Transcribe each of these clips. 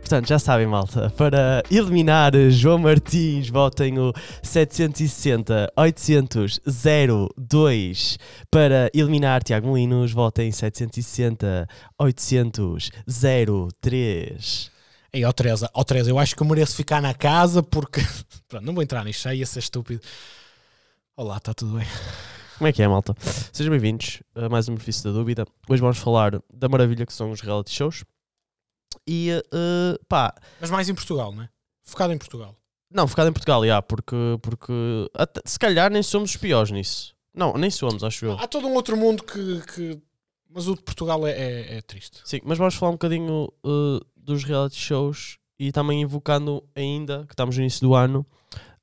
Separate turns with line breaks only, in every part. portanto, já sabem, malta, para eliminar João Martins, votem o 760 800 02. Para eliminar Tiago Molinos, votem 760 800 03.
Ei, ó Teresa, ó Teresa, eu acho que eu mereço ficar na casa porque. Pronto, não vou entrar nisto, já ia ser estúpido. Olá, está tudo bem?
Como é que é, malta? Sejam bem-vindos a mais um Benefício da Dúvida. Hoje vamos falar da maravilha que são os reality shows. E, eh, pá,
Mas mais em Portugal, não é? Focado em Portugal.
não, focado em Portugal, já, porque, porque até- se calhar nem somos os piores nisso. Não, nem somos, acho eu.
Há todo um outro mundo que. que- Mas o de Portugal é, é- é triste.
Sim, mas vamos falar um bocadinho eh, dos reality shows e também invocando ainda, que estamos no início do ano,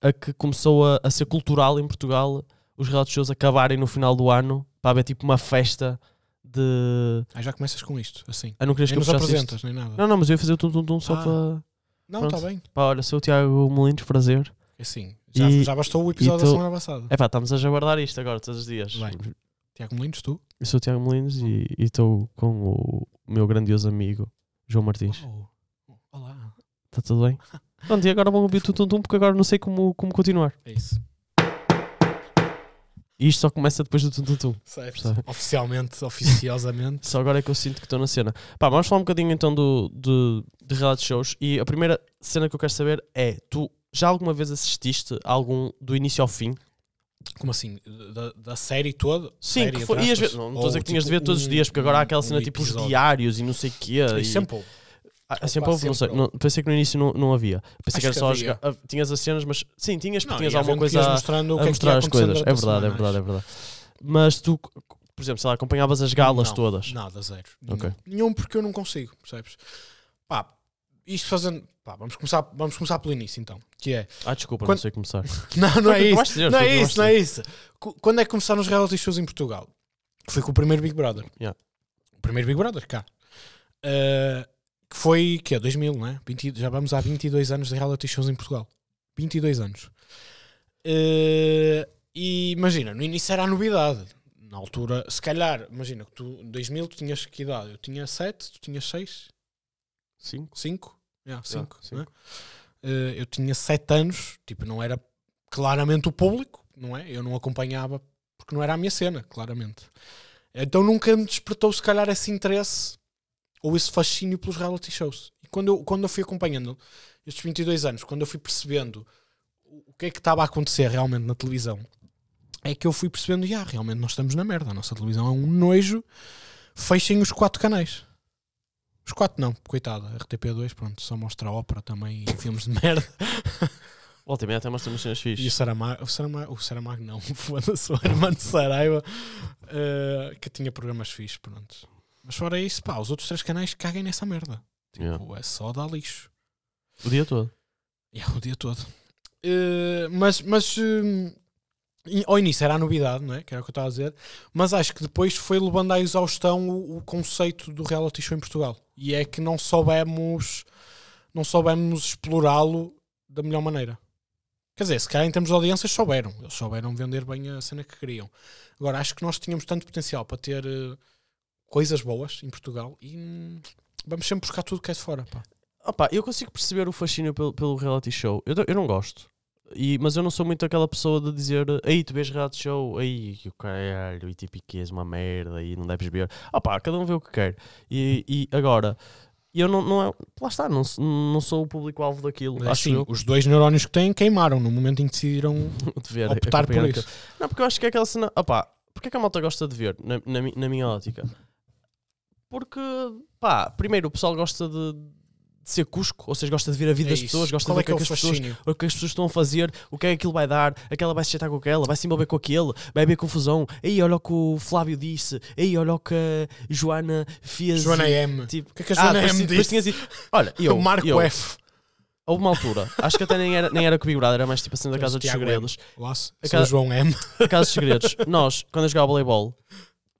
a que começou a, a ser cultural em Portugal os reality shows acabarem no final do ano para haver tipo uma festa de.
Ah, já começas com isto, assim.
Ah, não querias
Nem
que eu
nos
puxasse isto?
apresentas, nem nada.
Não, não, mas eu ia fazer o tum-tum-tum só
Ah.
para.
Não, está
pronto.
bem.
Pá, olha, sou o Tiago Molinos, prazer.
Assim, já,
E-
já bastou o episódio
e tu-
da semana passada.
É pá, estamos a jabardar isto agora todos os dias.
Bem. Tiago Molinos, tu?
Eu sou o Tiago Molinos e e estou com o meu grandioso amigo João Martins.
Oh, Olá.
Está tudo bem? Pronto, e agora vão ouvir o tum-tum-tum porque agora não sei como, como continuar.
É isso.
E isto só começa depois do tum-tum-tum.
Certo.
Sabe?
Oficialmente, oficiosamente.
Só agora é que eu sinto que estou na cena. Pá, vamos falar um bocadinho então do, do, de reality shows. E a primeira cena que eu quero saber é: tu já alguma vez assististe a algum do início ao fim?
Como assim? Da, da série toda?
Sim,
Série,
que foi.
entre
E às
aspas?
vezes, não não
Ou
estou a dizer que tinhas de
tipo
ver todos os
um-
dias, porque agora há
um-
aquela cena
um
tipo os
episódio.
diários e não sei o quê.
E
e-
sempre houve.
Ah,
Ou
sempre
quase
houve, não sei.
sempre
não- pensei que no início não, não havia. Pensei
Acho
que era
que
só. a
havia.
jogar- ah, tinhas as cenas, mas. Sim, tinhas, porque
Não,
tinhas
e a
alguma
gente
coisa
ias
a,
mostrando o
a
que é que
mostrar
ia
as
acontecendo
coisas. É
durante a
verdade, é
semana.
verdade, é verdade. Mas tu, por exemplo, sei lá, acompanhavas as galas
Não,
todas.
Nada, zero.
é Ok.
Nenhum, nenhum porque eu não consigo, percebes? Pá, isto fazendo. Pá, vamos começar, vamos começar pelo início então. Que é.
Ah, desculpa,
Quando-
não sei começar.
Não, não
Foi o
é
que eu
isso.
gosto de dizer,
não
foi o
é
que eu
isso, não é isso. Qu- Quando é que começaram os reality shows em Portugal? Foi com o primeiro Big Brother.
Yeah.
O primeiro Big Brother, cá. Ah, que foi, que é, 2000, não é? 20 já vamos há 22 anos de reality shows em Portugal. 22 anos. Ah, e imagina, no início era a novidade. Na altura, se calhar, imagina, que tu, 2000 tu tinhas que idade? Eu tinha 7, tu tinhas 6,
Sim.
5? Yeah, 5,
cinco.
não é? Eh, eu tinha 7 anos, tipo, não era claramente o público, não é? Eu não acompanhava porque não era a minha cena, claramente. Então nunca me despertou, se calhar, esse interesse ou esse fascínio pelos reality shows. E quando eu, quando eu fui acompanhando estes 22 anos, quando eu fui percebendo o o que é que estava a acontecer realmente na televisão, é que eu fui percebendo, ah, realmente nós estamos na merda, a nossa televisão é um nojo, fechem os quatro canais. Os quatro não, coitada, RTP2, pronto, só mostra a ópera também e filmes de merda.
Volta e meia até mostram umas cenas
E o
fixes.
Saramago, o Saramago, o Saramago não, foda-se, o Armando Saraiva, eh, que tinha programas fixos, pronto. Mas fora isso, pá, os outros três canais caguem nessa merda. Tipo,
Yeah.
é só dar lixo.
O dia todo.
É o dia todo. Eh, mas, mas eh, in- ao início era a novidade, não é? Que era o que eu estava a dizer. Mas acho que depois foi levando à exaustão o, o conceito do reality show em Portugal. E é que não soubemos, não soubemos explorá-lo da melhor maneira. Quer dizer, se calhar em termos de audiências souberam. Eles souberam vender bem a cena que queriam. Agora, acho que nós tínhamos tanto potencial para ter eh, coisas boas em Portugal e hum, vamos sempre buscar tudo que é de fora. Pá.
Opa, eu consigo perceber o fascínio pelo, pelo reality show. Eu, não- eu não gosto. E, mas eu não sou muito aquela pessoa de dizer aí tu vês reality show, aí que o caralho, e tipo, que és uma merda, e não deves ver. Opa, cada um vê o que quer. E, e agora, eu não, não é. Lá está, não, sou- não sou o público-alvo daquilo.
Mas,
acho
sim,
eu.
assim, os dois neurónios que têm queimaram no momento em que decidiram
De ver,
optar
acompanhar
por
aquilo.
isso.
Não, porque eu acho que é aquela cena. Opá, porque é que a malta gosta de ver, na, na, mi- na minha ótica? Porque, pá, primeiro o pessoal gosta de, de ser cusco, ou seja, gosta de ver a vida
É
das
isso.
pessoas, gosta
Qual
de ver
é que é
o que,
o
é que as pessoas.
fascínio?
O que as pessoas estão a fazer, o que é que aquilo vai dar, aquela vai se chatear com aquela, vai se envolver com aquele, vai haver confusão. Aí olha o que o Flávio disse, aí olha o que a Joana fez.
Joana M.
Tipo,
O que é que a Joana
depois-
M
depois
disse?
tinhas ido- Olha, eu,
o Marco
eu,
F.
houve uma altura, acho que até nem era, nem era comigo, era mais tipo assim da
Mas
Casa dos
Tiago M.
Segredos,
Lá se-
A
sou
cada-
o João M.
por acaso, segredos. Nós, quando eu jogava voleibol,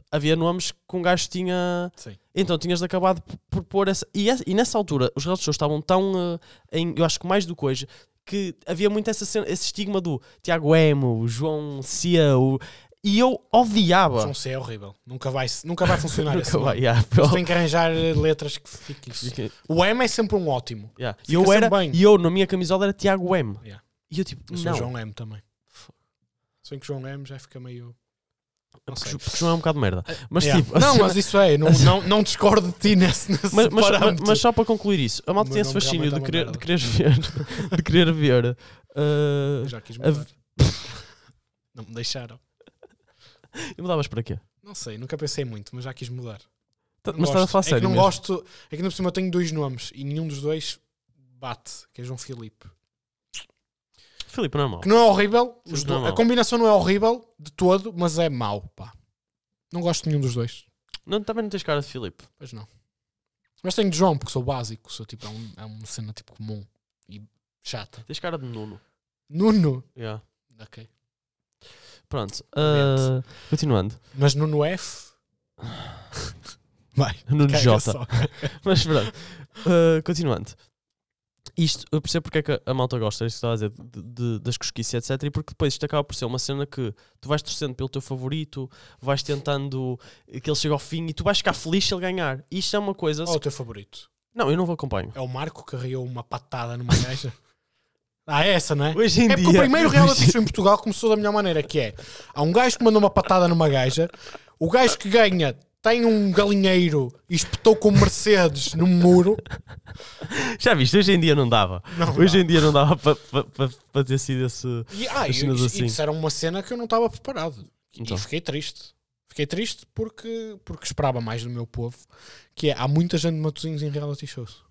havia nomes que um gajo tinha.
Sim.
Então tinhas de acabar de p- por pôr essa. E, essa- e nessa altura, os reality shows estavam tão. eh, em, eu acho que mais do que hoje, que havia muito essa cena- esse estigma do Tiago Emo, o João Cia, o. E eu odiava.
João C é horrível. Nunca vai, nunca vai funcionar
Nunca
esse nome.
vai, yeah,
Mas
pô.
Tem que arranjar eh, letras que fiquem.
Fica-
O M é sempre um ótimo.
yeah. E
Fica
eu
sempre
era,
bem.
e eu na minha camisola era Tiago M.
Yeah.
E eu tipo,
Eu sou
não.
João M também. Se bem que João M já fica meio. Não
Porque,
sei. Eh,
Ju- porque João é um bocado merda. Mas
Yeah.
tipo,
não, mas isso é, não, não, não discordo de ti nesse, nesse
mas, mas-
parâmetro.
mas só para concluir isso, a malta
O
tem
meu
esse
nome
fascínio de querer, de
realmente
querer ver, de querer ver uh,
Já quis
A-
mudar. não me deixaram.
E mudavas para quê?
Não sei, nunca pensei muito, mas já quis mudar.
Tá-
Não
Mas estás a
gosto.
falar
é
sério
que não
mesmo?
gosto. É que ainda por cima eu tenho dois nomes e nenhum dos dois bate, que é João Filipe.
Filipe, não é mau.
Que não é horrível, os
Sim,
do-
não é mau.
a combinação não é horrível de todo, mas é mau, pá. Não gosto de nenhum dos dois.
Não, também não tens cara de Filipe.
Pois não. Mas tenho de João, porque sou básico, sou tipo, é, um- é uma cena tipo comum e chata.
Tens cara de Nuno.
Nuno.
Yeah.
Ok.
Pronto. uh, continuando.
Mas Nuno F. Vai.
Nuno
caga
J.
é só.
Mas pronto, Uh, continuando. Isto, eu percebo porque é que a malta gosta, era isso que estava a dizer, de- de- das cosquices, etc. E porque depois isto acaba por ser uma cena que tu vais torcendo pelo teu favorito, vais tentando que ele chegue ao fim e tu vais ficar feliz se ele ganhar. Isto é uma coisa.
Qual é o teu favorito?
Não, eu não vou acompanho.
É o Marco que riu uma patada numa gaja? Ah, é essa, não é?
Hoje em
É porque
dia.
o primeiro
hoje-
reality show em Portugal começou da melhor maneira, que é há um gajo que mandou uma patada numa gaja, o gajo que ganha tem um galinheiro e espetou com Mercedes num muro.
Já viste, hoje em dia não dava.
Não
hoje
dá.
em dia não dava para pa, pa, pa ter sido esse.
E, ah, e,
As cenas
e
assim.
disseram uma cena que eu não estava preparado.
Então.
E fiquei triste. Fiquei triste porque, porque esperava mais do meu povo, que é há muita gente de matozinhos em reality shows.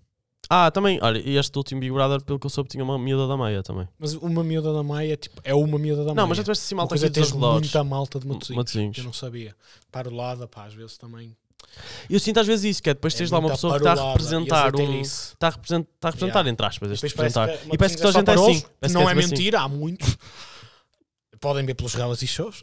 Ah, também, olha, e este último Big Brother, pelo que eu soube, tinha uma miúda da meia também.
Mas uma miúda da Maia, tipo, é uma miúda da Maia.
Não, mas já tiveste assim
uma
malta
coisa
aqui
é
dos
teres
arredores.
muita malta de matozinhos.
Matosinhos.
Eu não sabia. Parolada, pá, às vezes também.
Eu sinto às vezes isso, que é depois tens
é
lá uma
muita
pessoa que está a
parolada,
representar
e
um.
eles
Está
detêm isso.
a representar, está a representar entre aspas, este
Depois parece
representar.
que
e parece que toda a
Matosinhos
gente é assim.
só parolos,
Parece que
Não é
tipo assim.
mentira, há muitos. Podem ver pelos reality shows.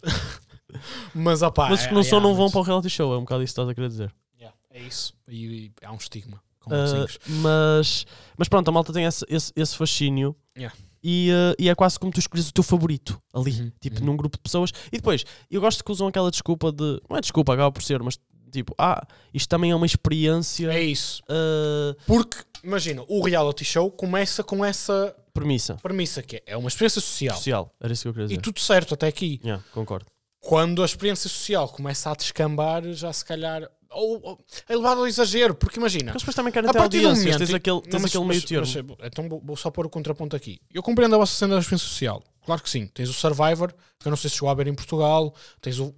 mas, opá,
Mas os
é-
que não
é-
são
há
não vão
muitos.
para o reality show, é um bocado isso que estás a querer dizer.
Yeah, é isso. E, e há um estigma com
Ah,
matozinhos.
mas, mas pronto, a malta tem esse, esse, esse fascínio.
Yeah.
E, ah, e é quase como tu escolhes o teu favorito ali,
Uhum,
tipo
uhum.
num grupo de pessoas. E depois, eu gosto que usam aquela desculpa de. Não é desculpa, acaba por ser, mas tipo, ah, isto também é uma experiência.
É isso.
ah,
Porque, imagina, o reality show começa com essa
premissa
premissa que é, é uma experiência social.
social, era isso que eu queria
E
dizer.
tudo certo até aqui.
Yeah, concordo.
Quando a experiência social começa a descambar, já se calhar. Ou, ou- é levado ao exagero, porque imagina.
Porque eles depois também querem
A
ter
partir do
audiências,
momento.
tens
em-
aquele,
Não,
tens
mas-
aquele
mas-
meio termo.
mas, então vou, vou só pôr o contraponto aqui. Eu compreendo a vossa cena da experiência social. Claro que sim. Tens o Survivor, que eu não sei se chegou a ver em Portugal. Tens o.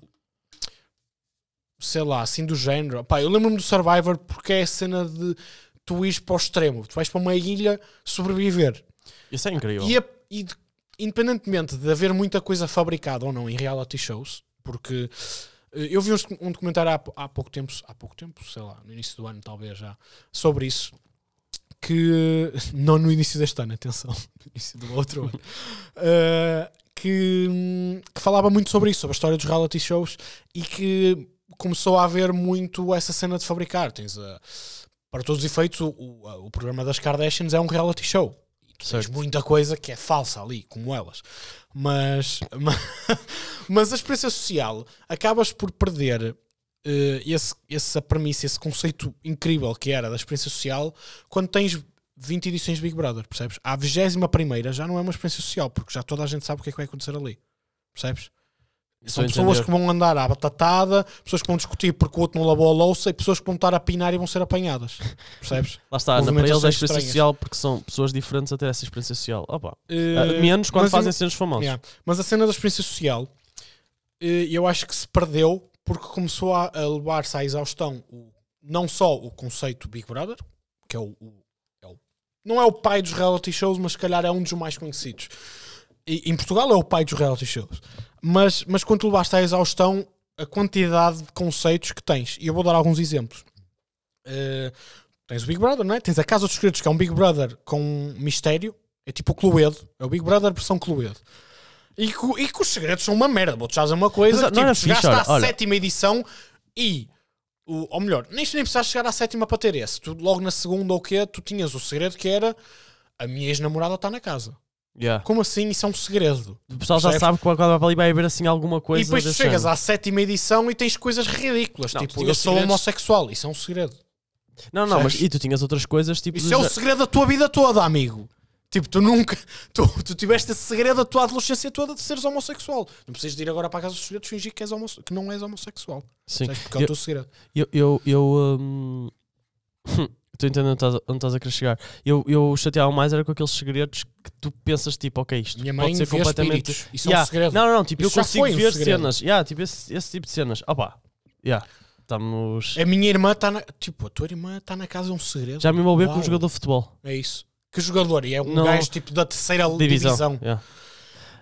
Sei lá, assim do género. Pá, eu lembro-me do Survivor porque é a cena de tu ires para o extremo. Tu vais para uma ilha sobreviver.
Isso é incrível.
E, a- e de- independentemente de haver muita coisa fabricada ou não em reality shows, porque eh, eu vi uns- um documentário há, pou- há pouco tempo, há pouco tempo, sei lá, no início do ano talvez já, sobre isso, que não no início deste ano, atenção, no início do outro ano, eh, que, hum, que falava muito sobre isso, sobre a história dos reality shows e que começou a haver muito essa cena de fabricar. Tens a- para todos os efeitos, o, o, a- o programa das Kardashians é um reality show. E tu tens
Certo.
muita coisa que é falsa ali, como elas. Mas, ma- mas a experiência social acabas por perder eh, esse, essa premissa, esse conceito incrível que era da experiência social quando tens 20 edições de Big Brother, percebes? À 21 já não é uma experiência social, porque já toda a gente sabe o que é que vai acontecer ali, percebes?
Estou
São
a
pessoas
é entender.
que vão andar à batatada, pessoas que vão discutir porque o outro não lavou a louça e pessoas que vão estar a pinar e vão ser apanhadas, percebes?
Lá está, Ana, para eles é
movimentações
experiência
estranhas.
social porque são pessoas diferentes a ter essa experiência social. Opa.
Eh,
Ah, menos quando
mas
fazem
eu-
cenas famosas.
Yeah. Mas a cena da experiência social eh, eu acho que se perdeu porque começou a, a levar-se à exaustão o- não só o conceito Big Brother, que é o, o- é o- Não é o pai dos reality shows, mas se calhar é um dos mais conhecidos. E- em Portugal é o pai dos reality shows. Mas, mas quando tu levaste à exaustão a quantidade de conceitos que tens. E eu vou dar alguns exemplos. Eh, tens o Big Brother, não é? Tens a Casa dos Segredos, que é um Big Brother com um mistério. É tipo o Cluedo. É o Big Brother versão Cluedo. E que, e que os segredos são uma merda. Vou-te já dizer uma coisa.
Mas,
que,
não era
tipo,
fixe,
chegaste
olha,
à
olha.
sétima edição e... o- ou melhor, nem, nem precisaste chegar à sétima para ter esse. Tu, logo na segunda ou o quê, tu tinhas o segredo que era a minha ex-namorada está na casa.
Yeah.
Como assim? Isso é um segredo.
O pessoal já
Percebes?
sabe que quando vai para ali vai haver assim alguma coisa.
e depois tu
desse
chegas
género.
à sétima edição e tens coisas ridículas.
Não, tu
tipo, eu
tinhas
sou
segredos.
homossexual. Isso é um segredo.
Não, não, mas
percebes?
e tu tinhas outras coisas tipo.
Isso
do
é o
género-
segredo da tua vida toda, amigo. Tipo, tu nunca. Tu, tu tiveste esse segredo da tua adolescência toda de seres homossexual. Não precisas de ir agora para a casa dos segredos fingir que, és homosse- que não és homossexual.
Sim.
Percebes? Porque é o
Eu-
teu segredo.
Eu. eu, eu hum, Estou entendendo onde estás a- onde estás a querer chegar. Eu, eu chateava mais era com aqueles segredos que tu pensas tipo, ok, isto
Minha mãe
pode ser
vê
completamente.
espíritos. Isso é
Yeah.
um segredo.
Não, não, não, tipo,
Isso
eu
já
consigo
foi um
ver
segredo.
cenas. Yeah, tipo, esse, esse tipo de cenas. Opa, yeah. estamos.
A minha irmã está na. Tipo, a tua irmã está na casa é um segredo.
Já me envolveu com
Uau.
um jogador de futebol.
É isso. Que jogador? E é um
Não.
gajo tipo da terceira
Divisão.
divisão.
yeah.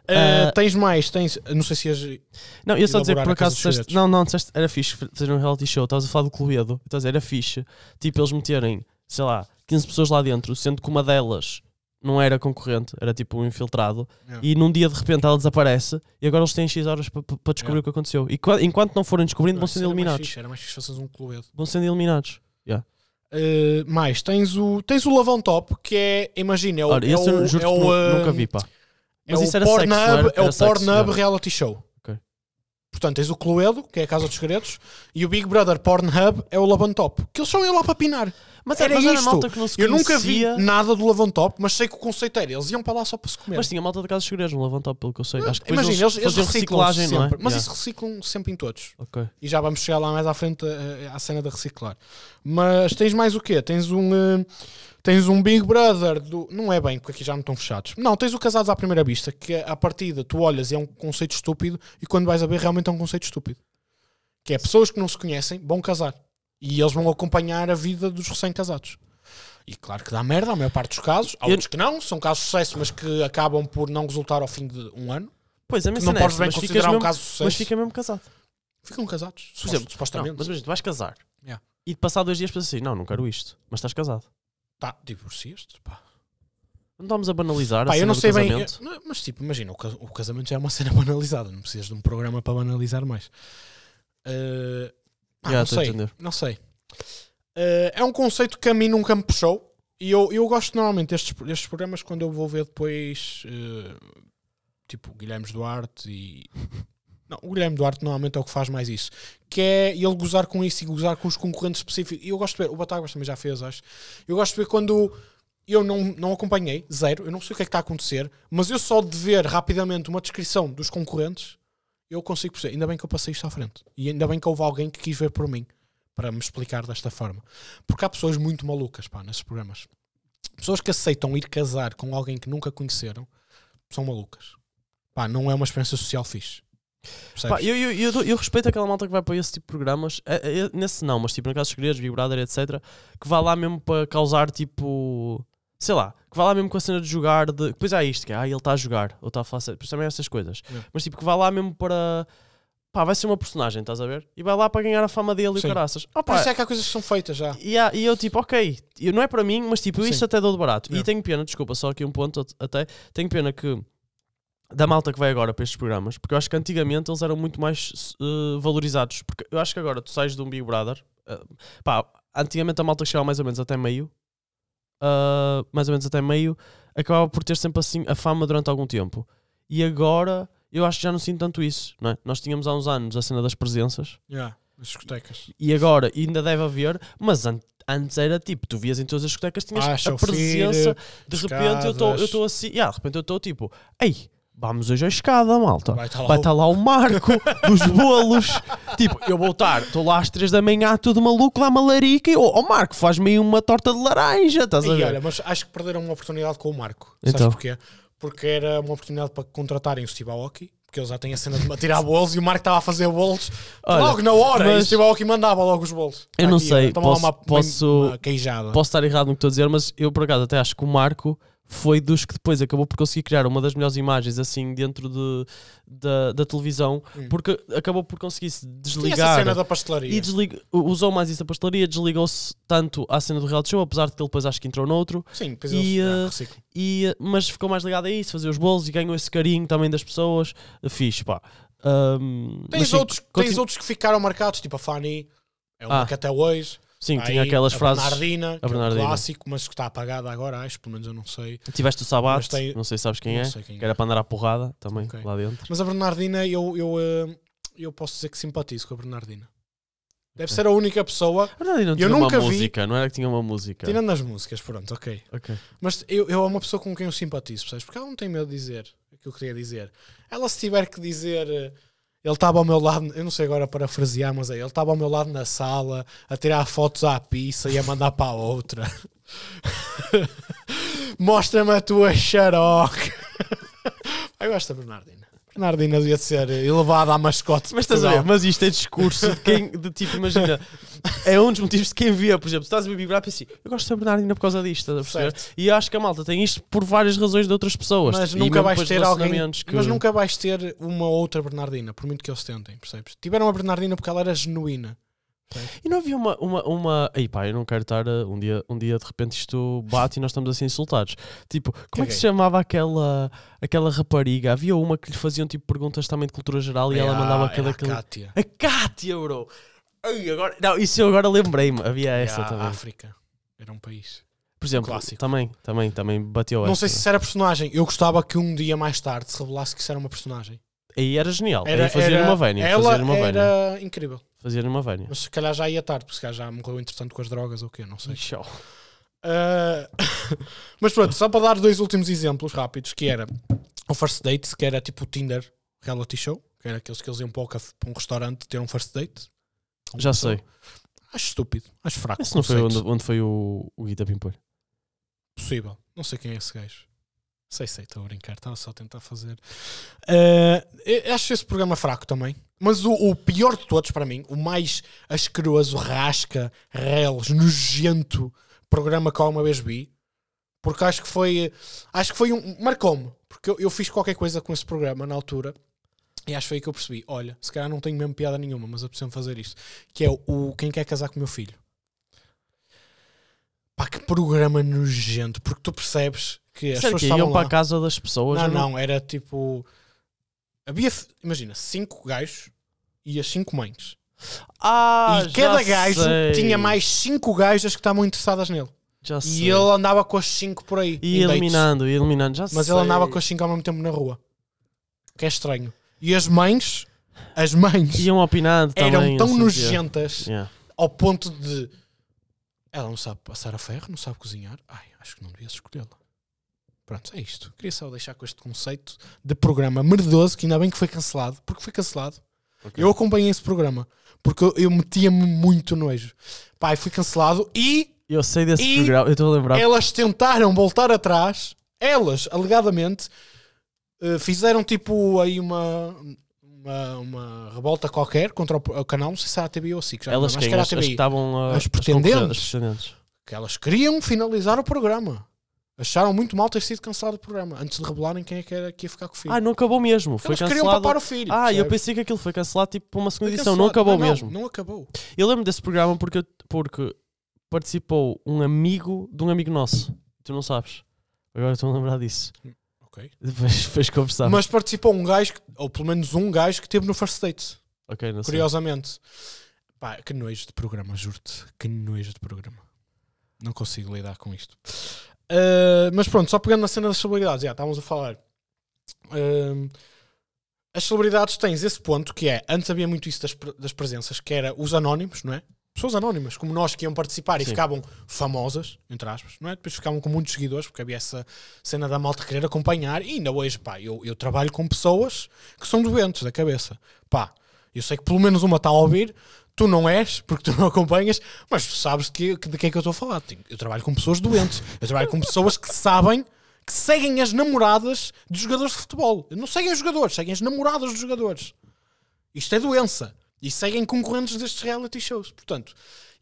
Ah,
Ah.
tens mais, tens. Não sei se és.
Não, eu só dizer que
Elaborar
por
a casa
acaso
dos
disseste,
segredos.
não, não, disseste, era fixe fazer um reality show. Estavas a falar do Cluedo, estás a dizer, era fixe. Tipo, eles meterem, sei lá, 15 pessoas lá dentro, sendo que uma delas não era concorrente, era tipo um infiltrado.
Yeah.
E num dia de repente ela desaparece e agora eles têm X horas para descobrir
Yeah.
o que aconteceu. E qua- enquanto não forem descobrindo, vão
Não, isso
sendo
era mais
eliminados.
fixe, Era mais fixe fazeres um cluedo.
Vão sendo eliminados.
Uh, mais, tens o, tens o Lavão Top, que é, imagina, é o,
Ora,
é
esse
o,
eu juro
é
que
o,
nu-
uh,
nunca vi, pá.
é
Mas
o
isso era
Pornhub,
sexo, não era?
é o
Era sexo,
Pornhub
não.
Reality Show.
Ok.
Portanto, tens o Cluedo, que é a Casa dos Segredos, e o Big Brother Pornhub é o Lavão Top, que eles só iam lá para pinar.
Mas
Era
era, mas era
isto.
malta que não se
Eu nunca vi
conhecia,
nada do Lavão Top, mas sei que o conceito era, eles iam para lá só para se comer.
Mas tinha malta de casos segredos, não levantou pelo que eu sei. Acho que depois
tipo, Imagina, eles, eles
faziam
reciclam
reciclagem,
sempre,
não é?
mas
Yeah.
isso reciclam sempre em todos.
Ok.
E já vamos chegar lá mais à frente eh, à cena da reciclar. Mas tens mais o quê? Tens um. eh, Tens um Big Brother do. Não é bem, porque aqui já não estão fechados. Não, tens o Casados à Primeira Vista, que é, à partida tu olhas e é um conceito estúpido, e quando vais a ver, realmente é um conceito estúpido. Que é pessoas que não se conhecem vão casar. E eles vão acompanhar a vida dos recém-casados. E claro que dá merda, a maior parte dos casos. Há
Eu-
outros que não, são casos de sucesso, mas que acabam por não resultar ao fim de um ano.
Pois, a minha
Que não
cena é
podes
essa,
bem
mas ficas
considerar um
mesmo-
caso de sucesso.
Mas fica mesmo casado.
Ficam casados,
Por exemplo,
supostamente.
Não, mas imagina, tu vais casar.
Yeah.
E de passar dois dias pensas assim, não, não quero isto. Mas estás casado.
Tá, divorciaste, pá.
Não estamos a banalizar a
Pá, eu
cena
não
do
sei bem.
casamento.
eu- mas tipo, imagina, o cas- o casamento já é uma cena banalizada, não precisas de um programa para banalizar mais. Uh, pá,
Já,
não,
estou a
sei,
entender.
não sei. Uh, é um conceito que a mim nunca me puxou e eu, eu gosto normalmente destes, destes programas quando eu vou ver depois, uh, tipo, Guilherme Duarte e. Não, o Guilherme Duarte normalmente é o que faz mais isso. Que é ele gozar com isso e gozar com os concorrentes específicos. E eu gosto de ver, o Batagas também já fez, acho. Eu gosto de ver quando eu não, não acompanhei, zero, eu não sei o que é que está a acontecer, mas eu só de ver rapidamente uma descrição dos concorrentes, eu consigo perceber. Ainda bem que eu passei isto à frente. E ainda bem que houve alguém que quis ver por mim, para me explicar desta forma. Porque há pessoas muito malucas, pá, nesses programas. Pessoas que aceitam ir casar com alguém que nunca conheceram, são malucas. Pá, não é uma experiência social fixe. Percebes?
Pá, eu, eu, eu, dou- eu respeito aquela malta que vai para esse tipo de programas, É, é, é, nesse não, mas tipo na Casa dos Segredos, Big Brother, etc., que vai lá mesmo para causar tipo. Sei lá, que vai lá mesmo com a cena de jogar. De, pois há isto, que é, ah, ele está a jogar, ou está a falar sério, depois também há essas coisas.
É.
Mas tipo, que vai lá mesmo para. Pá, vai ser uma personagem, estás a ver? E vai lá para ganhar a fama dele e o
Sim.
caraças. Ah,
Por
pá,
isso é que há coisas que são feitas já.
E, há- e eu tipo, ok, eu- não é para mim, mas tipo, eu isto
Sim.
até dou de barato. E
Yeah.
tenho pena, desculpa, só aqui um ponto at- até, tenho pena que da malta que vai agora para estes programas, porque eu acho que antigamente eles eram muito mais eh, valorizados. Porque eu acho que agora tu sais de um Big Brother, eh, pá, antigamente a malta que chegava mais ou menos até meio, ah, mais ou menos até meio, acabava por ter sempre assim a fama durante algum tempo. E agora eu acho que já não sinto tanto isso, não é? Nós tínhamos há uns anos a cena das presenças.
Já, nas discotecas.
E agora ainda deve haver, mas an- antes era tipo, tu vias em todas as discotecas, tinhas
Ah,
a
Sofia,
presença, de repente eu estou eu
escadas.
tô assim, yeah, de repente eu estou tipo, ei, vamos hoje à escada, malta.
Vai estar lá
Tá. Vai
o-
estar lá o Marco dos bolos. tipo, eu vou estar, estou lá às 3 da manhã, tudo maluco, lá malarica, e ó oh, Marco, faz-me aí uma torta de laranja, estás a
E
ver?
olha, mas acho que perderam uma oportunidade com o Marco.
Então.
Sabes porquê? Porque era uma oportunidade para contratarem o Steve Aoki, porque eles já têm a cena de tirar bolos e o Marco estava a fazer bolos
Olha,
logo na hora e o
mas-
Steve Aoki mandava logo os bolos.
Eu não sei,
toma lá
posso- posso-
uma queijada.
Posso estar errado no que estou a dizer, mas eu por acaso até acho que o Marco foi dos que depois acabou por conseguir criar uma das melhores imagens assim dentro de, da, da televisão, porque acabou por conseguir se
Tinha essa
desligar.
cena da pastelaria.
E deslig... usou mais isso a pastelaria, desligou-se tanto à cena do reality show, apesar de que ele depois acho que entrou noutro,
Sim, pois
e,
eles
eh,
já, reciclam.
e, mas ficou mais ligado a isso, fazer os bolos e ganhou esse carinho também das pessoas. Fixe, pá. Ahm, mas
Tens,
sim,
outros,
continu-
tens outros que ficaram marcados, tipo a Fanny, é uma
Ah.
que até hoje.
Sim,
Há
tinha
aí
aquelas
a
frases.
Bernardina, que é
Bernardina.
um clássico, mas que está apagada agora, acho, pelo menos eu não sei.
Tiveste o Sabat,
Mas tem-
não sei se sabes quem
não
é,
sei quem
que era
é.
para andar à porrada também,
Ok.
lá dentro.
Mas a Bernardina, eu, eu, eh, eu posso dizer que simpatizo com a Bernardina. Deve
Ok.
ser a única pessoa,
A Bernardina não tinha
nunca
uma
vi-
música, não era que tinha uma música.
tirando as músicas, pronto, ok.
Ok.
Mas eu, eu é uma pessoa com quem eu simpatizo, percebes? Porque ela não tem medo de dizer o que eu queria dizer. Ela se tiver que dizer. eh, Ele estava ao meu lado, eu não sei agora parafrasear, mas é, ele estava ao meu lado na sala a tirar fotos à pizza e a mandar para a outra. Mostra-me a tua xaroca. Eu gosto da Bernardina. Bernardina devia ser elevada a mascote. de
Mas estás a ver?
Portugal.
Mas isto é discurso de quem, de tipo, imagina, é um dos motivos de quem via, por exemplo, tu estás a vibrar para assim, eu gosto da Bernardina por causa disto, estás a perceber?
Certo.
E acho que a malta tem isto por várias razões de outras pessoas.
Mas
E mesmo
nunca vais
depois de
ter alguém.
relacionamentos Que...
Mas nunca vais ter uma outra Bernardina, por muito que eles tentem, percebes? Tiveram a Bernardina porque ela era genuína.
E não havia uma, uma, uma. Ei pá, eu não quero estar. uh, Um dia, um dia de repente isto bate e nós estamos assim insultados. Tipo, como é que
Caguei.
se chamava aquela, aquela rapariga? Havia uma que lhe faziam tipo perguntas também de cultura geral e ela
Era-
mandava
era
aquela.
a
aquela...
Cátia.
A Cátia, bro! Ei, agora... Não, isso eu agora lembrei-me. Havia essa
Era a
também.
África. Era um país.
Por exemplo,
ah, clássico.
também, também, também bateu
Não
essa.
sei se isso era personagem. Eu gostava que um dia mais tarde se revelasse que isso era uma personagem.
Aí era genial.
Era,
Aí fazia
era-
numa vénia.
Ela
Fazia numa vénia.
era incrível.
Fazia numa vénia.
Mas se calhar já ia tarde, porque se calhar já morreu entretanto com as drogas ou o quê, não sei.
Ixi, ó.
Ah, mas pronto, só para dar dois últimos exemplos rápidos, que era o First Date, que era tipo o Tinder reality show, que era aqueles que eles iam para, o caf- para um restaurante ter um First Date. Com
Já
uma pessoa.
sei.
Acho estúpido, acho fraco.
Esse não foi
conceito.
onde, onde foi o, o Guita Pimpolho.
possível. Não sei quem é esse gajo. Sei, sei, estou a brincar, estava só a tentar fazer. Ah, eu acho esse programa fraco também. Mas o, o pior de todos para mim, o mais asqueroso, rasca, reles, nojento programa que eu uma vez vi, porque acho que foi. Acho que foi um. Marcou-me, porque eu, eu fiz qualquer coisa com esse programa na altura. E acho que foi aí que eu percebi: olha, se calhar não tenho mesmo piada nenhuma, mas eu preciso fazer isto. Que é o, o Quem Quer Casar com o Meu Filho. Pá, que programa nojento, porque tu percebes que É, as
Sério
pessoas
que é?
estavam
iam para
lá.
a casa das pessoas?
Não,
eu
não, era tipo. Havia, f- imagina, cinco gajos e as cinco mães.
Ah,
e cada
já
gajo
sei.
tinha mais cinco gajas que estavam interessadas nele.
Já
E
sei.
ele andava com as cinco por aí.
E
em dates.
eliminando, e eliminando, já
Mas
sei.
ele andava com as cinco ao mesmo tempo na rua. O que é estranho. E as mães, as mães,
Iam opinando também.
eram tão
não sei o quê.
nojentas
Yeah.
ao ponto de. Ela não sabe passar a ferro, não sabe cozinhar. Ai, acho que não devias escolhê-la. Pronto, é isto. Queria só deixar com este conceito de programa merdoso, que ainda bem que foi cancelado. Porque foi cancelado. Eu acompanhei esse programa. Porque eu, eu metia-me muito nojo. Pai, foi cancelado e
Eu sei desse
E
programa, eu estou a lembrar.
elas tentaram voltar atrás. Elas, alegadamente, eh, fizeram tipo aí uma. Uma, uma revolta qualquer contra o, o canal, não sei se era a TV ou a SIC, já não
Elas
lembro, acho
quem?
que era a
As, as que
TVI.
estavam a.
As pretendentes?
As pretendentes.
que elas queriam finalizar o programa. Acharam muito mal ter sido cancelado o programa antes de revelarem quem é que, era, que ia ficar com o filho.
Ah, não acabou mesmo. Foi
elas queriam
cancelado.
papar o filho.
Ah, eu
percebes?
pensei que aquilo foi cancelado tipo para uma
Foi
segunda edição. Não
cancelado.
acabou
Não, não,
mesmo.
Não, acabou.
Eu lembro desse programa porque, eu- porque participou um amigo de um amigo nosso. Tu não sabes. Agora estou a lembrar disso.
Ok.
Depois, depois conversávamos.
Mas participou um gajo, que- ou pelo menos um gajo que teve no First Date,
Ok, não sei.
curiosamente. Pá, que nojo de programa, juro-te. Que nojo de programa. Não consigo lidar com isto. Ah, mas pronto, só pegando na cena das celebridades, já estávamos a falar. Ah, as celebridades tens esse ponto que é, antes havia muito isso das, pre- das presenças, que era os anónimos, não é? Pessoas anónimas, como nós que iam participar e
Sim.
ficavam famosas, entre aspas, não é? Depois ficavam com muitos seguidores, porque havia essa cena da malta querer acompanhar. E ainda hoje, pá, eu, eu trabalho com pessoas que são doentes da cabeça. Pá, eu sei que pelo menos uma está a ouvir, tu não és, porque tu não acompanhas, mas tu sabes que, que- de que é que eu estou a falar. Tenho- Eu trabalho com pessoas doentes, eu trabalho com pessoas que sabem que seguem as namoradas de jogadores de futebol. Não seguem os jogadores, seguem as namoradas dos jogadores. Isto é doença. E seguem concorrentes destes reality shows. Portanto,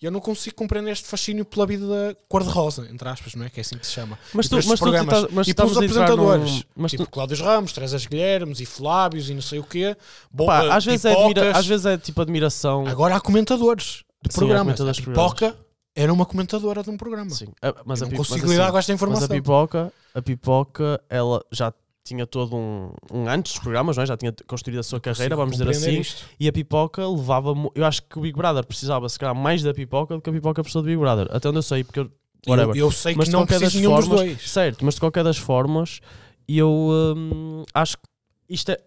eu não consigo compreender este fascínio pela vida cor-de-rosa, entre aspas, não é? Que é assim que se chama.
Mas
E
tu-
por estes
mas tu
programas.
estás- mas
e pelos
estamos a entrar
apresentadores.
num- mas
tipo Cláudio Ramos, Trezas Guilhermes e Flábios e não sei o quê. Bo-
Pá,
eh,
às, vezes é
pipocas.
admira- às vezes é tipo admiração.
Agora há comentadores de
Sim, há
programas.
comentadores
a
de
pipoca era uma comentadora de um programa.
Sim. Ah, Mas
Eu
a
não
pi-
consigo
mas assim,
lidar com esta
Mas a
informação.
pipoca, a pipoca, ela já tinha todo um, um antes dos programas, não é? já tinha construído a sua carreira,
Consigo
vamos dizer assim.
compreender isto.
E a pipoca levava. mu- Eu acho que o Big Brother precisava, se calhar, mais da pipoca do que a pipoca precisou do Big Brother. Até onde eu sei, porque eu.
Eu,
whatever.
eu sei
Mas
que
de
não
qualquer
preciso
das
nenhum dos
formas-
dois.
Certo, mas de qualquer das formas, eu hum, acho que isto é-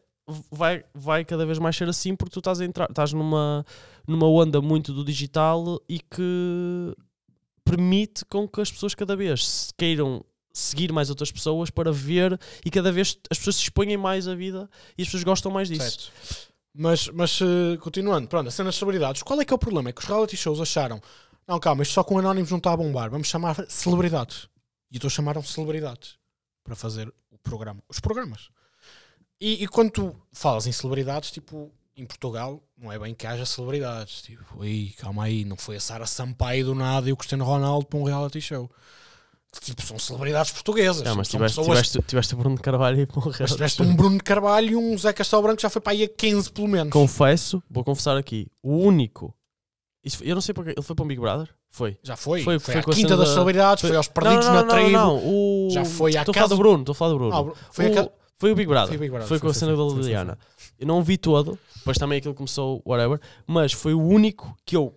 vai, vai cada vez mais ser assim porque tu estás a entrar, estás numa, numa onda muito do digital e que permite com que as pessoas cada vez se queiram seguir mais outras pessoas para ver e cada vez as pessoas se expõem mais à vida e as pessoas gostam mais disso.
Certo. Mas, mas eh, continuando, pronto, a cena das celebridades, qual é que é o problema? É que os reality shows acharam, não, calma, isto só com anónimos não está a bombar, vamos chamar celebridades. E então chamaram celebridades para fazer o programa, os programas. E, e quando tu falas em celebridades, tipo, em Portugal, não é bem que haja celebridades. Tipo, aí, calma aí, não foi a Sara Sampaio do nada e o Cristiano Ronaldo para um reality show. Tipo, são celebridades portuguesas.
Ah, mas
são
tiveste,
pessoas
tiveste, tiveste o Bruno Carvalho e morreu.
mas tiveste um Bruno de Carvalho e um Zé Castelo Branco que já foi para aí a 15 pelo menos.
Confesso, vou confessar aqui, o único. Isso, eu não sei porque. Ele foi para um Big Brother? Foi.
Já foi.
Foi-
Foi,
foi
à
com a
Quinta
cena
das
da-
Celebridades, foi,
foi-
aos Perdidos na Tribo.
Não, o...
Já foi à
Estou a falar
casa
do Bruno, estou a falar do Bruno.
Ah, bro, foi,
O-
a... ca-
foi o Big Brother.
foi o Big Brother.
Foi com a cena da
foi, foi,
Liliana. Eu não vi todo, depois também aquilo começou, whatever, mas foi o único que eu.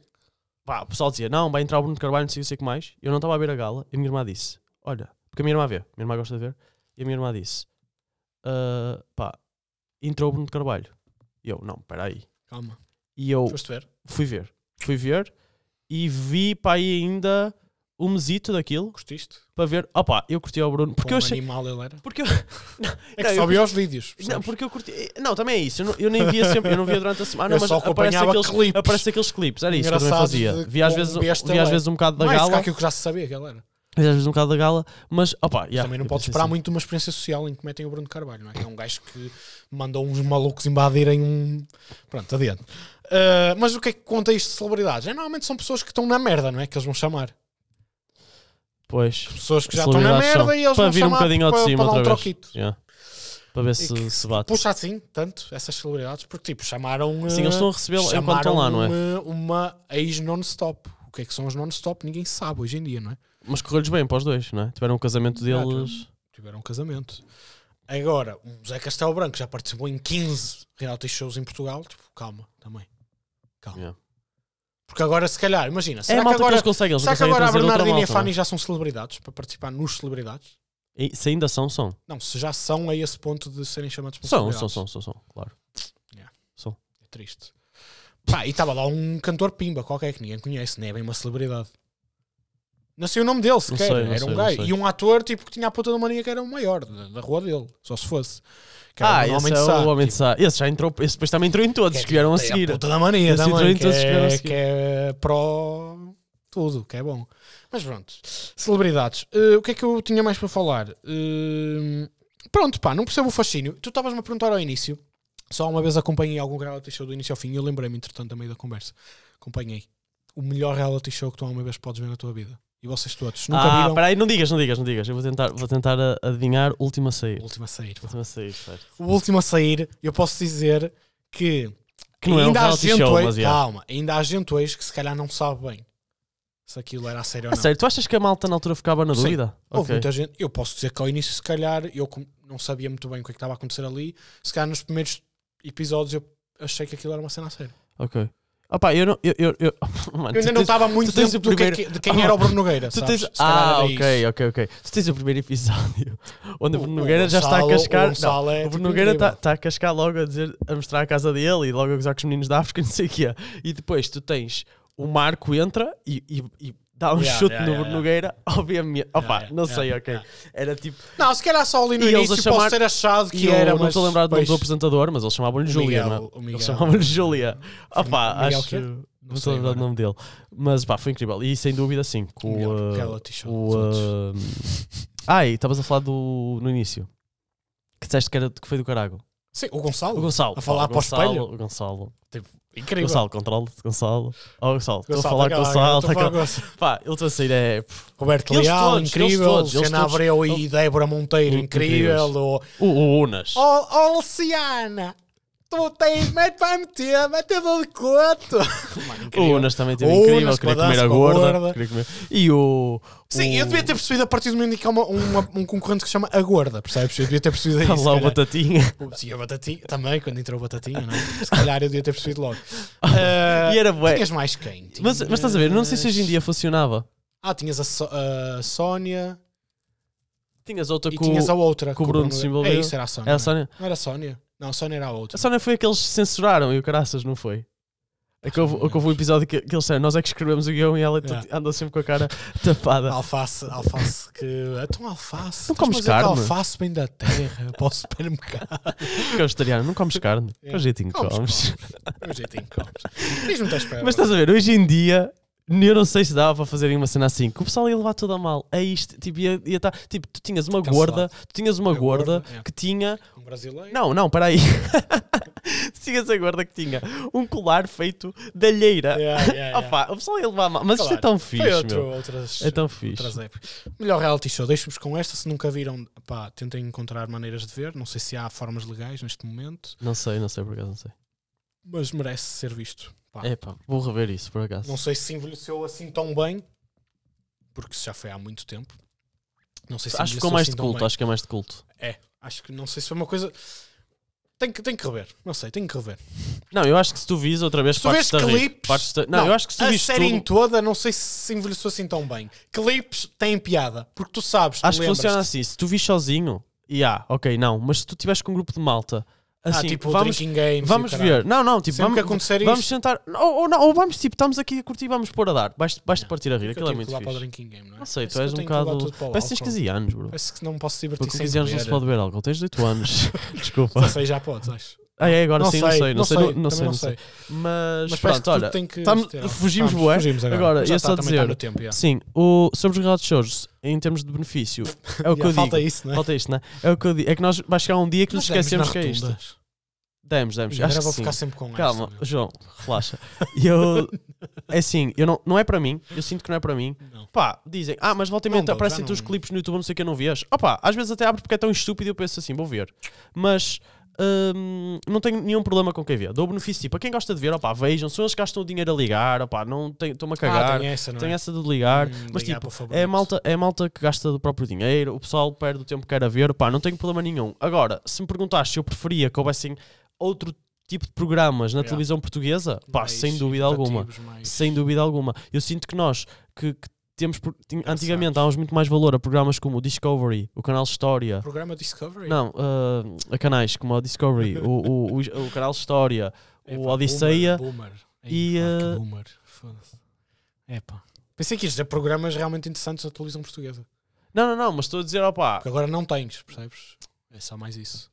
Pá, o pessoal dizia: não, vai entrar o Bruno de Carvalho, não sei, não sei o que mais. Eu não estava a ver a gala e a minha irmã disse: olha, porque a minha irmã vê, a minha irmã gosta de ver, e a minha irmã disse: "Ah, pá, entrou o Bruno de Carvalho. E eu: não, peraí.
Calma.
E eu
Foste ver?
fui ver, fui ver e vi para aí ainda um mesito daquilo
Curtiste?
para ver. Opá, eu curti ao Bruno, porque
Quão
eu achei.
animal ele era.
Porque eu,
É
Não,
que
eu
só vi
curti-
aos vídeos.
não,
percebes?
porque eu curti. Não, também é isso. Eu, não- eu nem via sempre, eu não via durante a semana,
Eu
mas
só
aparece
acompanhava
aqueles,
clipes.
aparece aqueles clipes. Era isso que eu também
Engraçados
fazia.
de
Vi às,
com
vezes,
besta
vi às
é.
vezes um bocado da
Mais do que
gala.
aquilo que já se sabia, galera.
Vi às vezes um bocado da gala, mas opá, yeah,
Também não
eu
podes
pensei
esperar
assim,
muito de uma experiência social em que metem o Bruno de Carvalho, não é? É um gajo que mandou uns malucos invadirem um. Pronto, adiante. Ah, mas o que é que conta isto de celebridades? É, normalmente são pessoas que estão na merda, não é? Que eles vão chamar.
Pois.
Pessoas que já estão na
celebridades são.
merda e eles
Para
vão
vir um
chamar
bocadinho ao de
para-
cima
para dar um
outra vez.
troquito.
Yeah. Para ver
E que
se, se bate.
Puxa assim, tanto, essas celebridades, porque tipo, chamaram. ah,
Sim, eles estão a recebê-lo enquanto estão lá, não é?
Chamaram uma, uma ex non-stop. O que é que são as non-stop? Ninguém sabe hoje em dia, não é?
Mas correu-lhes bem para os dois, não é? Tiveram um casamento
Exato.
deles.
Tiveram um casamento. Agora, o Zé Castelo Branco já participou em 15 reality shows em Portugal. Tipo, calma, também. Calma.
Yeah.
Porque agora, se calhar, imagina,
É a
será que
malta que
agora,
eles conseguem. Eles não
será que
conseguem
agora a
trazer outra
Bernardina e a
malta, não é?
Fanny já são celebridades para participar nos celebridades?
E se ainda são, são.
Não, se já são a esse ponto de serem chamados para
São,
celebridades.
são, são, são, são, claro.
É triste. Pá, e estava lá um cantor pimba qualquer que ninguém conhece, nem é bem uma celebridade. Não sei o nome dele sequer,
sei, não
era
sei,
um
não
gajo.
sei.
E um ator tipo, que tinha a puta da mania que era o maior da, da rua dele, só se fosse. Que era
Ah,
o
esse
Homem de
é
Sá,
o Homem de
tipo,
Sá. Esse já entrou, esse depois também entrou em todos, que vieram a
tem
seguir.
puta é tipo, da mania
Esse entrou
também,
em
que,
todos que vieram a
é,
seguir.
que é pró tudo, que é bom. Mas pronto, celebridades. Eh, o que é que eu tinha mais para falar? Eh, pronto, pá, não percebo o fascínio. Tu estavas-me a perguntar ao início. Só uma vez acompanhei algum reality show do início ao fim e eu lembrei-me, entretanto, a meio da conversa. Acompanhei. O melhor reality show que tu alguma vez podes ver na tua vida. E vocês todos. Nunca
ah,
viram
peraí, não digas, não digas, não digas. Eu vou tentar, vou tentar a- adivinhar última
o
saída.
último a sair. pá.
Última saída, certo.
O último a sair, eu posso dizer que
Que não é um
ainda há
reality
gente
show,
hoje-
mas é.
Calma, ainda há gente hoje que se calhar não sabe bem se aquilo era a sério ou
A
não.
sério, tu achas que a malta na altura ficava na
Sim.
dúvida?
Houve
Ok.
muita gente. Eu posso dizer que ao início, se calhar, eu com- não sabia muito bem o que, é que estava a acontecer ali. Se calhar nos primeiros episódios eu achei que aquilo era uma cena a sério.
Ok. Ah pá, eu não. Eu, eu, eu, Mano,
Eu ainda
tu
não
tens-
estava muito
tens
dentro
o
do que é que- de quem
primeiro-
era o Bruno Nogueira.
Tu
sabes?
tens...
Se calhar
Ah,
era
ok, ok, ok. Tu tens o primeiro episódio onde o
isso.
Bruno Nogueira já está a
Gonçalo-
cascar.
O Gonçalo é
O Bruno
tipo
Nogueira
incrível.
está a cascar logo a dizer, a mostrar a casa dele e logo a gozar com os meninos da África e não sei o quê. E depois tu tens o Marco entra e, e- e dá um
Yeah,
chute
yeah,
no
yeah,
Bruno Nogueira, obviamente. Opa,
yeah,
não
yeah,
sei,
yeah,
ok.
yeah.
Era tipo.
Não, se calhar só ali no
E eles a
início
chamar-
posso ter achado
E
que
eu
era,
não
mas.
estou a lembrar do nome do
depois-
apresentador, mas eles chamavam-lhe
O
Júlia,
Miguel-
não é?
o Miguel-
Eles chamavam-lhe Júlia. Opa,
Miguel
acho
quê?
que.
Não
Não estou
sei
a lembrar do
agora.
nome dele. Mas pá, foi incrível. E sem dúvida, sim. Com,
O melhor
uh,
reality show
o.
dos outros.
uh, Ai, estavas a falar do. no início. Que disseste que, era, que foi do Carago.
Sim, o Gonçalo.
O Gonçalo.
Oh, A falar
o
para o
Gonçalo,
espelho?
o Gonçalo.
Incrível.
Gonçalo, controla-te, Gonçalo. Oh, Gonçalo, estou a
Gonçalo,
falar
tá
com o
cá, agora
Gonçalo.
estou a
Tá
falar
com...
com o Gonçalo.
Pá, ele trouxe a ideia. pff.
Roberto
Eles
Leal,
todos, eles
incrível.
todos, eles
Luciana
todos.
Abreu e
Eles-
Débora Monteiro,
Incríveis.
incrível. Ou
O, o Unas.
Oh, oh, Luciana! Tu tens, mete, vai meter, vai ter dor de coto. Mano,
O
incrível.
Unas também teve
Unas,
incrível, queria comer
pedaço
a
com
gorda.
gorda.
queria comer- E o.
Sim,
o...
eu devia ter percebido a partir do momento em que há uma- uma- um concorrente que se chama A Gorda, percebes? Eu devia ter percebido isso.
Está
se
tá lá o
calhar.
Batatinha.
Sim, a Batatinha também, quando entrou o Batatinha, não é? Se calhar eu devia ter percebido logo. Ah,
E era bué.
Tinhas mais quem?
Mas, mas estás a ver, não sei se hoje em
Tinhas-
dia funcionava.
Ah, tinhas a, So- a Sónia
Tinhas outra
e
com.
tinhas a outra.
com o
que
Bruno se
Bruno...
envolveu.
É isso, era a Sónia.
Era a
não é?
Sónia?
Não era a Sónia. Não, a Sónia era a
A
outra.
Sónia foi a que eles censuraram e o caraças, não foi? É que houve,
não me
é que houve um episódio que, que eles disseram, nós é que escrevemos o guião e ela t-
Yeah.
anda sempre com a cara tapada.
Alface, alface que. Então, alface.
Não
Estás-me
comes
a dizer que
carne?
Alface vem da terra para o supermercado.
Porque é vegetariano, não comes carne.
Yeah.
Com jeitinho
Comes,
comes.
É o jeitinho que comes. Diz-me, estás para
Mas tá- estás a ver, hoje em dia. Eu não sei se dava para fazerem uma cena assim, que o pessoal ia levar tudo a mal. É isto, tipo, ia, ia tá- tipo tu tinhas uma
Cancelado.
gorda, tu tinhas uma
Uma gorda,
gorda
yeah.
que tinha.
Um brasileiro?
Não, não, peraí. Tu tinhas a gorda que tinha um colar feito de alheira.
Yeah, yeah, yeah.
Opa, o pessoal ia levar a mal. Mas isto é
Claro.
tão
Foi
fixe,
outro,
meu.
outras,
É tão fixe.
outras épocas. Melhor reality show, deixo-vos com esta. Se nunca viram, pá, tentem encontrar maneiras de ver. Não sei se há formas legais neste momento,
Não sei, não sei, por acaso não sei.
mas merece ser visto. Pá,
É pá, vou rever isso por acaso.
Não sei se envelheceu assim tão bem, porque já foi há muito tempo. Não sei se
acho que
envelheceu
ficou mais
assim
de
tão
culto,
bem.
acho que é mais de culto.
É, acho que não sei se foi uma coisa. Tem que, tem que rever, não sei, tem que rever.
Não, eu acho que se tu vis outra vez,
Se tu vês
partes-te a rir.
clipes.
Partes-te a- Não, eu acho que se tu
a
vis
série em
tudo,
toda, não sei se envelheceu assim tão bem. Clipes têm piada, porque tu sabes, tu
acho que
lembras-te.
funciona assim. Se tu vis sozinho, e ah, ok, não. Mas se tu tiveres com um grupo de malta, assim,
ah, tipo
vamos,
drinking games. e o
vamos
caralho.
ver. Não, não, tipo,
Sempre que
vamos,
acontecer
vamos
isto-
sentar. Ou, ou não, ou vamos, tipo, estamos aqui a curtir e vamos pôr a dar. Vais-te vais
Não,
partir a rir,
Porque
aquilo
eu
é
tenho
muito
que ir lá para o
fixe.
drinking game, não é?
Não sei,
Parece
tu és
que
um
eu tenho que levar
bocado.
tudo para o
Parece que tens
álcool.
15 anos, bro.
Parece que não posso divertir
Porque com
sem
15 anos não se pode beber álcool. Tens 18 anos. Desculpa.
Não sei, já podes, acho.
Ah, é, agora
não
sim,
sei,
não sei, não sei, não
também
sei, não sei. Mas,
Mas parece
pronto,
que tudo
olha,
tem que...
tam-
ter algo.
fugimos
Vamos,
bué.
Fugimos agora.
Agora,
já
ia
está,
só
também
dizer-
está no tempo, já.
sim, o, sobre os relatos shows, em termos de benefício, é o que
Já
eu
falta
digo.
isso, não é?
Falta isto, não é? É o que eu digo. É que nós vai chegar um dia que nos
Nós demos
esquecemos
na
que é isto.
rotunda.
Demos, demos.
E Agora
Acho que
vou
sim.
ficar sempre com
Calma,
esta,
João, relaxa. Eu, é assim, eu não, não é para mim, eu sinto que não é para mim.
meu. Não.
Pá, dizem, ah, mas volta e
Não
meia
dá, já
aparecem te os
não-
clipes no YouTube, não sei o que, não vês. Opá, às vezes até abro porque é tão estúpido e eu penso assim, vou ver. Mas hum, não tenho nenhum problema com quem vê. Dou benefício, tipo, a quem gosta de ver, opá, vejam, são eles que gastam o dinheiro a ligar, opá, não tenho- estou-me a cagar.
Ah, tem essa, não
Tem
é?
essa de ligar,
Hum,
mas
ligar
tipo,
para o favorito.
é a, malta, é a malta que gasta do próprio dinheiro, o pessoal perde o tempo que quer a ver, pá, não tenho problema nenhum. Agora, se me perguntaste se eu preferia que houvessem outro tipo de programas na
Yeah.
televisão portuguesa, pá,
Mais
sem dúvida alguma,
educativos, mais-
sem dúvida alguma. Eu sinto que nós, que, que temos, por- tin- antigamente dávamos muito mais valor a programas como o Discovery, o Canal História,
Programa Discovery?
não, ah, a canais como o Discovery, o, o, o- o Canal História,
É,
o
pá,
Odisseia
Boomer, boomer.
e,
Ei, pá,
eh,
que boomer. Foda-se. É pá. Pensei que isto é programas realmente interessantes da televisão portuguesa.
Não, não, não, mas estou a dizer, opá,
Porque agora não tens, percebes? É só mais isso.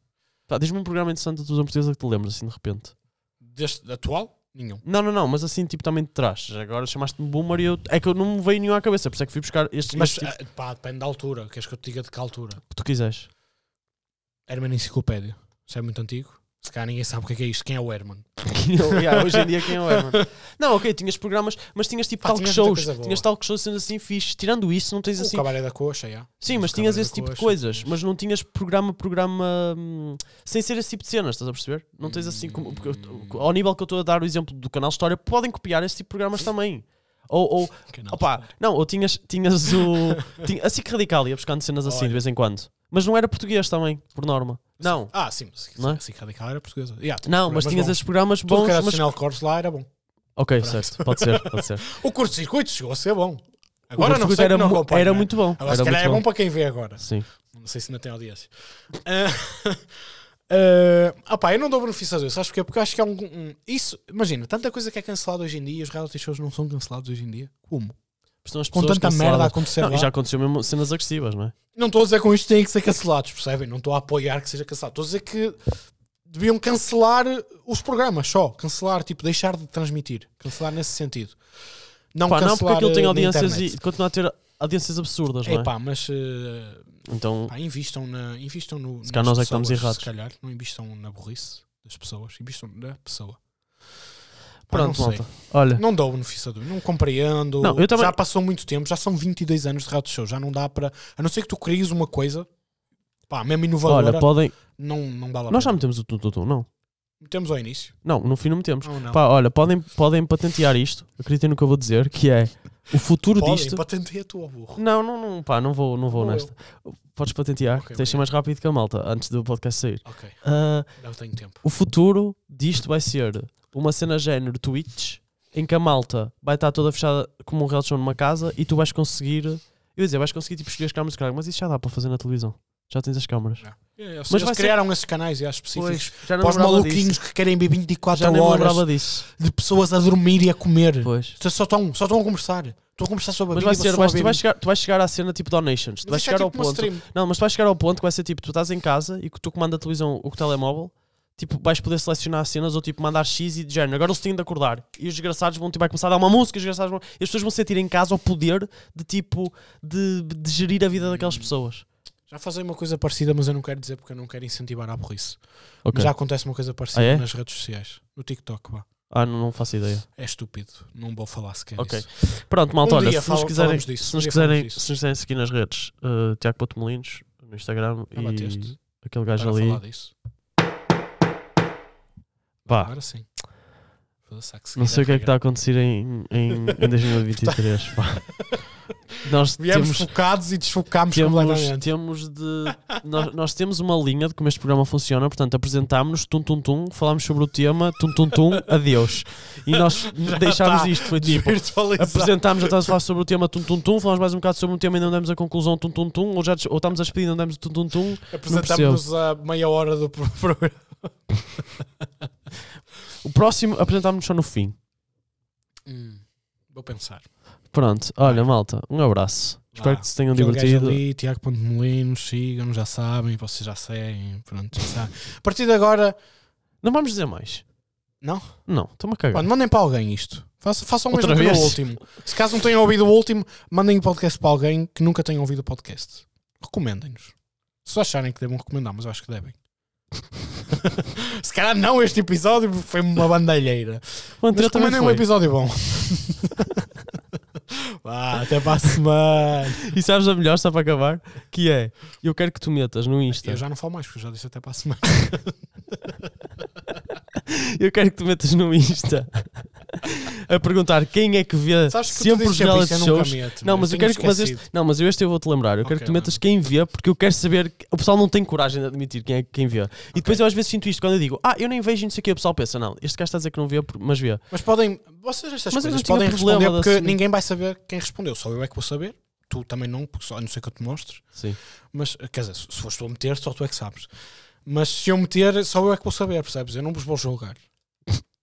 pá, diz-me um programa interessante da televisão portuguesa que te lembras assim de repente.
Deste atual? Nenhum.
Não, não, não, mas assim, tipo, também de trás. Agora chamaste-me boomer e eu. É que eu não me veio nenhum à cabeça, por isso é que fui buscar estes
Mas
mas, tipos
eh, pá, depende da altura. Queres que eu te diga de que altura?
que tu quiseres.
Herman Enciclopédia. Isso é muito antigo. Se calhar ninguém sabe o que é, que é isto. Quem é o Herman?
Yeah, hoje em dia quem eu é, mano. Não, ok, tinhas programas, mas tinhas tipo
Pá,
talk
tinhas muita
shows.
coisa boa. Um
Tinhas talk shows sendo assim fixe. Tirando isso, não tens
O
assim.
Cabaré da Coxa, já.
Sim, mas
o
tinhas
Cabaré
esse
da
tipo de
Coxa,
coisas,
tinhas-
mas não tinhas programa, programa hum, sem ser esse tipo de cenas, estás a perceber? Não tens assim como. porque eu- ao nível que eu estou a dar o exemplo do canal História, podem copiar esse tipo de programas também. Ou, ou
Que não.
Opa, não, ou tinhas, tinhas o. tinha, assim que radical, ia buscando cenas assim
Olha.
de vez em quando. Mas não era português também, por norma. Não,
Ah, sim. Mas,
Não é?
assim, radical era portuguesa. Já, tinha
não, mas
programas
tinhas
bons.
esses programas
Tudo
bons.
que era
Mas...
sinal Corps lá era bom.
Ok,
Pronto.
certo, pode ser, pode ser.
O curto-circuito chegou a ser bom.
O
Agora não
Curto-Circuito
sei,
era,
não
mu-
acompanho,
era
não é?
muito bom.
Agora
era
se calhar é
muito
bom para quem vê agora.
Sim.
Não sei se ainda tem audiência. Ah, ah pá, eu não dou benefício a isso. Acho que é porque acho que é um, um- Isso, imagina, tanta coisa que é cancelada hoje em dia e os reality shows não são cancelados hoje em dia. Como?
São as
Com
pessoas
tanta
canceladas.
merda a acontecer
Não,
lá.
e já aconteceu mesmo cenas agressivas, não é?
Não estou a dizer com isto que têm que ser cancelados, percebem? Não estou a apoiar que seja cancelado. Estou a dizer que deviam cancelar os programas só. Cancelar, tipo, deixar de transmitir. Cancelar nesse sentido. Não
Pá, não, porque
cancelar
aquilo tem
eh, na
audiências
internet.
e continua a ter audiências absurdas, não é?
Epá, mas eh,
Então,
pá, invistam, na, invistam no.
Se calhar nós
nas
é que estamos
pessoas,
errados.
Se calhar, não invistam na burrice das pessoas, invistam na pessoa. Pá,
pronto,
não sei.
malta. Olha,
Não dou benefício a dúvida, não compreendo.
Não, eu também-
Já passou muito tempo, já são 22 anos de reality show, já não dá para. A não ser que tu cries uma coisa, pá, mesmo inovadora,
olha, podem.
não, não vale a
Nós já
pena.
metemos o tutu, não?
Metemos ao início.
Não, no fim não metemos.
Ou não?
Pá, olha, podem, podem patentear isto, acreditem no que eu vou dizer, que é o futuro
Podem,
disto.
patenteia tu, ó burro.
Não, não, não, pá, não vou, não vou
Ou eu.
nesta. Podes patentear,
Ok,
que tens de ser mais rápido que a malta antes do podcast sair.
Ok,
Ah,
não tenho tempo.
o futuro disto vai ser uma cena género Twitch em que a malta vai estar toda fechada como um reality show numa casa e tu vais conseguir. Eu ia dizer, vais conseguir tipo, escolher as câmaras, caralho, mas isso já dá para fazer na televisão. Já tens as câmaras.
É, eles
Mas vai
eles
ser-
criaram esses canais e específicos
já
para os
me lembrava
maluquinhos
disso.
que querem ver 24
Já nem me lembrava
horas
disso.
de pessoas a dormir e a comer.
Pois.
Só estão, só estão a conversar. Estão a conversar sobre a
Mas
vida.
vai ser,
só
vais,
a
tu, vais chegar, tu vais chegar à cena tipo Donations. Tu
Mas
vais
isso é
chegar ao
tipo uma
ponto.
stream.
Não, mas tu vais chegar ao ponto que vai ser tipo, tu estás em casa e que tu comanda a televisão ou com o telemóvel, tipo, vais poder selecionar cenas ou tipo mandar X e de género. Agora eles têm de acordar. E os desgraçados vão tipo, vai começar a dar uma música, os desgraçados vão. E as pessoas vão sentir em casa o poder de tipo de, de gerir a vida daquelas pessoas.
Já fazem uma coisa parecida, mas eu não quero dizer porque eu não quero incentivar a burrice.
Ok.
Mas já acontece uma coisa parecida
Ah, é?
nas redes sociais. No TikTok, vá.
Ah, não, não faço ideia.
É estúpido. Não vou falar sequer
Ok.
disso.
Pronto, malta,
Um
olha,
dia
se nos
fal-
quiserem,
falamos disso,
se
um
nos
dia
quiserem,
falamos disso.
se nos quiserem seguir nas redes, eh, Tiago Pato Molinos, no Instagram
Ah,
e
bateste.
aquele
Para
gajo
falar
ali.
disso.
Pá.
Agora sim. Foda-se, há que
Não sei
seguir a
o que é que
regra.
está a acontecer em, em, em 2023. pá. Nós
Viemos
tá- temos,
focados e desfocámos
temos,
completamente.
temos de. Nós, nós temos uma linha de como este programa funciona, portanto, apresentámos-nos, tum tum tum, falámos sobre o tema, tum tum tum, adeus. E nós deixámos
tá
isto, foi tipo.
Virtualizado.
Apresentámos, já estávamos a falar sobre o tema tum tum tum, falámos mais um bocado sobre o tema e não demos a conclusão tum tum tum, ou, já, des- ou estamos a despedir e não demos o tum tum tum.
Apresentámos-nos a meia hora do pro- programa.
O próximo apresentámos-nos só no fim.
Hum, Vou pensar.
Pronto, olha, malta, um abraço. Espero que se tenham
Aquele
divertido.
é um Gajo ali, Tiago Ponte Molinos, sigam, já sabem, vocês já seguem, pronto, já sabem. A partir de agora,
Não vamos dizer mais.
Não?
Não, estou-me a cagar.
pá, mandem para alguém isto. Façam, façam o mesmo
Outra
que no
vez?
último. Se caso não tenham ouvido o último, mandem o podcast para alguém que nunca tenha ouvido o podcast. Recomendem-nos. Se acharem que devem recomendar, mas eu acho que devem. Se calhar não este episódio, porque foi uma bandalheira.
Pronto,
Mas
eu também
recomendem um
fui.
episódio bom. Vá, até para a semana.
E sabes a melhor, só para acabar? Que é, eu quero que tu metas no Insta.
Eu já não falo mais, porque eu já disse até para a semana.
Eu quero que tu metas no Insta a perguntar quem é que vê
Sabes que
sempre
tu
os
dizes sempre
reality
isso, eu nunca
shows.
meto.
Não, mas eu quero que.
tenho
Mas
esquecido.
este, não, mas eu este eu vou-te lembrar. Eu quero
Ok,
que tu metas quem vê, porque eu quero saber. que- O pessoal não tem coragem de admitir quem é quem vê. E depois eu às vezes sinto isto quando eu digo, ah, eu nem vejo e não sei o que. O pessoal pensa, não, este gajo está a dizer que não vê, por- mas vê.
Mas podem. Vocês estas
Mas eu não
coisas
tinha
podem
problema
responder
de
porque
assumir.
ninguém vai saber quem respondeu. Só eu é que vou saber. Tu também não, porque só, a não ser que eu te mostre.
Sim.
Mas, eh, quer dizer, se se fores tu a meter, só tu é que sabes. Mas se eu meter, só eu é que vou saber, percebes? Eu não vos vou julgar.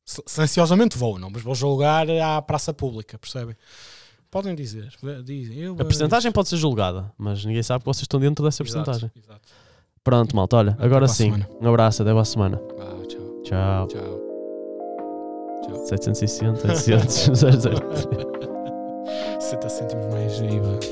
Se- Silenciosamente vou, não vos vou julgar à praça pública, percebem? Podem dizer. v- Dizem, eu,
A é percentagem pode ser julgada, mas ninguém sabe que vocês estão dentro dessa
eh, Exato,
percentagem.
exato.
Pronto, malta, olha,
Até
agora
para a
sim.
semana.
Um abraço, até para a semana.
Ah, tchau,
Tchau.
tchau.
760, 800, 003.
60 cêntimos mais IVA.